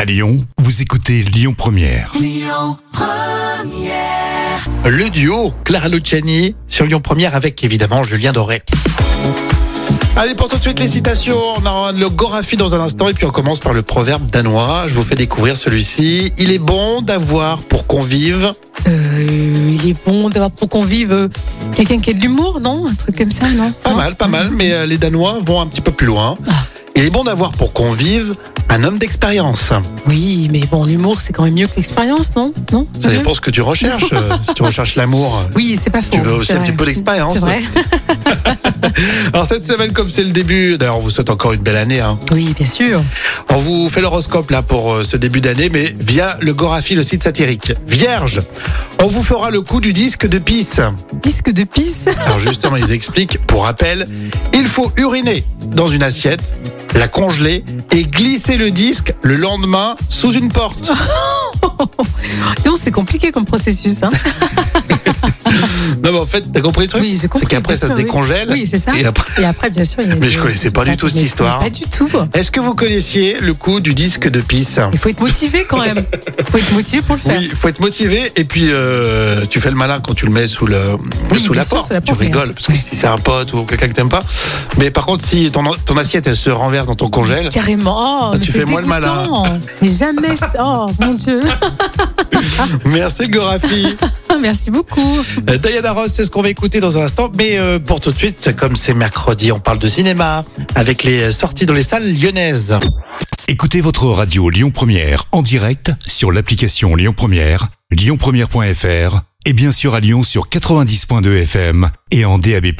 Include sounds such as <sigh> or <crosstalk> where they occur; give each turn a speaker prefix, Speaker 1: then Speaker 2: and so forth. Speaker 1: À Lyon, vous écoutez Lyon Première.
Speaker 2: Le duo Clara Luciani sur Lyon Première avec évidemment Julien Doré. Allez pour tout de suite les citations, on a le Gorafi dans un instant et puis on commence par le proverbe danois. Je vous fais découvrir celui-ci. Il est bon d'avoir pour convive.
Speaker 3: Euh, il est bon d'avoir pour qu'on vive euh, quelqu'un qui a de l'humour, non Un truc comme ça, non
Speaker 2: Pas
Speaker 3: Non
Speaker 2: mal, pas mal, mais euh, les Danois vont un petit peu plus loin.
Speaker 3: Ah.
Speaker 2: Il est bon d'avoir pour convive un homme d'expérience.
Speaker 3: Oui, mais bon, l'humour, c'est quand même mieux que l'expérience, non Non
Speaker 2: Ça
Speaker 3: Mhm.
Speaker 2: dépend ce que tu recherches. Euh, si tu recherches l'amour,
Speaker 3: Oui, c'est pas faux.
Speaker 2: Tu veux aussi
Speaker 3: c'est
Speaker 2: un petit
Speaker 3: vrai.
Speaker 2: peu l'expérience.
Speaker 3: C'est vrai.
Speaker 2: Alors cette semaine, comme c'est le début, d'ailleurs on vous souhaite encore une belle année. hein.
Speaker 3: Oui, bien sûr.
Speaker 2: On vous fait l'horoscope là pour euh, ce début d'année, mais via le Gorafi, le site satirique. Vierge, on vous fera le coup du disque de pisse.
Speaker 3: Disque de pisse.
Speaker 2: Alors justement, ils expliquent, pour rappel, il faut uriner dans une assiette, la congeler et glisser le disque le lendemain sous une
Speaker 3: <laughs>
Speaker 2: porte.
Speaker 3: Non, c'est compliqué
Speaker 2: <laughs>
Speaker 3: comme processus. Hein.
Speaker 2: Non mais en fait, t'as compris le truc
Speaker 3: Oui, j'ai compris.
Speaker 2: C'est qu'après
Speaker 3: bien
Speaker 2: ça se
Speaker 3: sûr, oui.
Speaker 2: décongèle.
Speaker 3: Oui, c'est ça.
Speaker 2: Et après...
Speaker 3: Et après, bien sûr. il y a
Speaker 2: Mais je
Speaker 3: des-
Speaker 2: connaissais pas du tout cette
Speaker 3: mais- mais
Speaker 2: histoire.
Speaker 3: Pas du tout.
Speaker 2: Est-ce que vous connaissiez le coup du disque de pisse
Speaker 3: Il faut être motivé quand même. Il faut être motivé pour le faire.
Speaker 2: Oui, faut être motivé et puis euh, tu fais le malin quand tu le mets sous le
Speaker 3: Oui,
Speaker 2: sous, la
Speaker 3: bien sûr,
Speaker 2: porte.
Speaker 3: sous la
Speaker 2: Tu
Speaker 3: porte, mais-
Speaker 2: rigoles parce que
Speaker 3: ouais.
Speaker 2: si c'est un pote ou quelqu'un que t'aimes pas. Mais par contre, si ton, ton assiette elle se renverse dans ton congèle, Ah,
Speaker 3: Carrément. Oh,
Speaker 2: Tu fais
Speaker 3: mais c'est
Speaker 2: moi le malin.
Speaker 3: dégoûtant. Mais jamais. ça- Oh mon Dieu. <laughs>
Speaker 2: merci Gorafi.
Speaker 3: Merci beaucoup.
Speaker 2: Euh, Diana Ross, c'est ce qu'on va écouter dans un instant. Mais euh, pour tout de suite, comme c'est mercredi, on parle de cinéma avec les sorties dans les salles lyonnaises.
Speaker 1: Écoutez votre radio Lyon Première en direct sur l'application Lyon Première, lyonpremière.fr et bien sûr à Lyon sur 90.2 FM et en DAB+.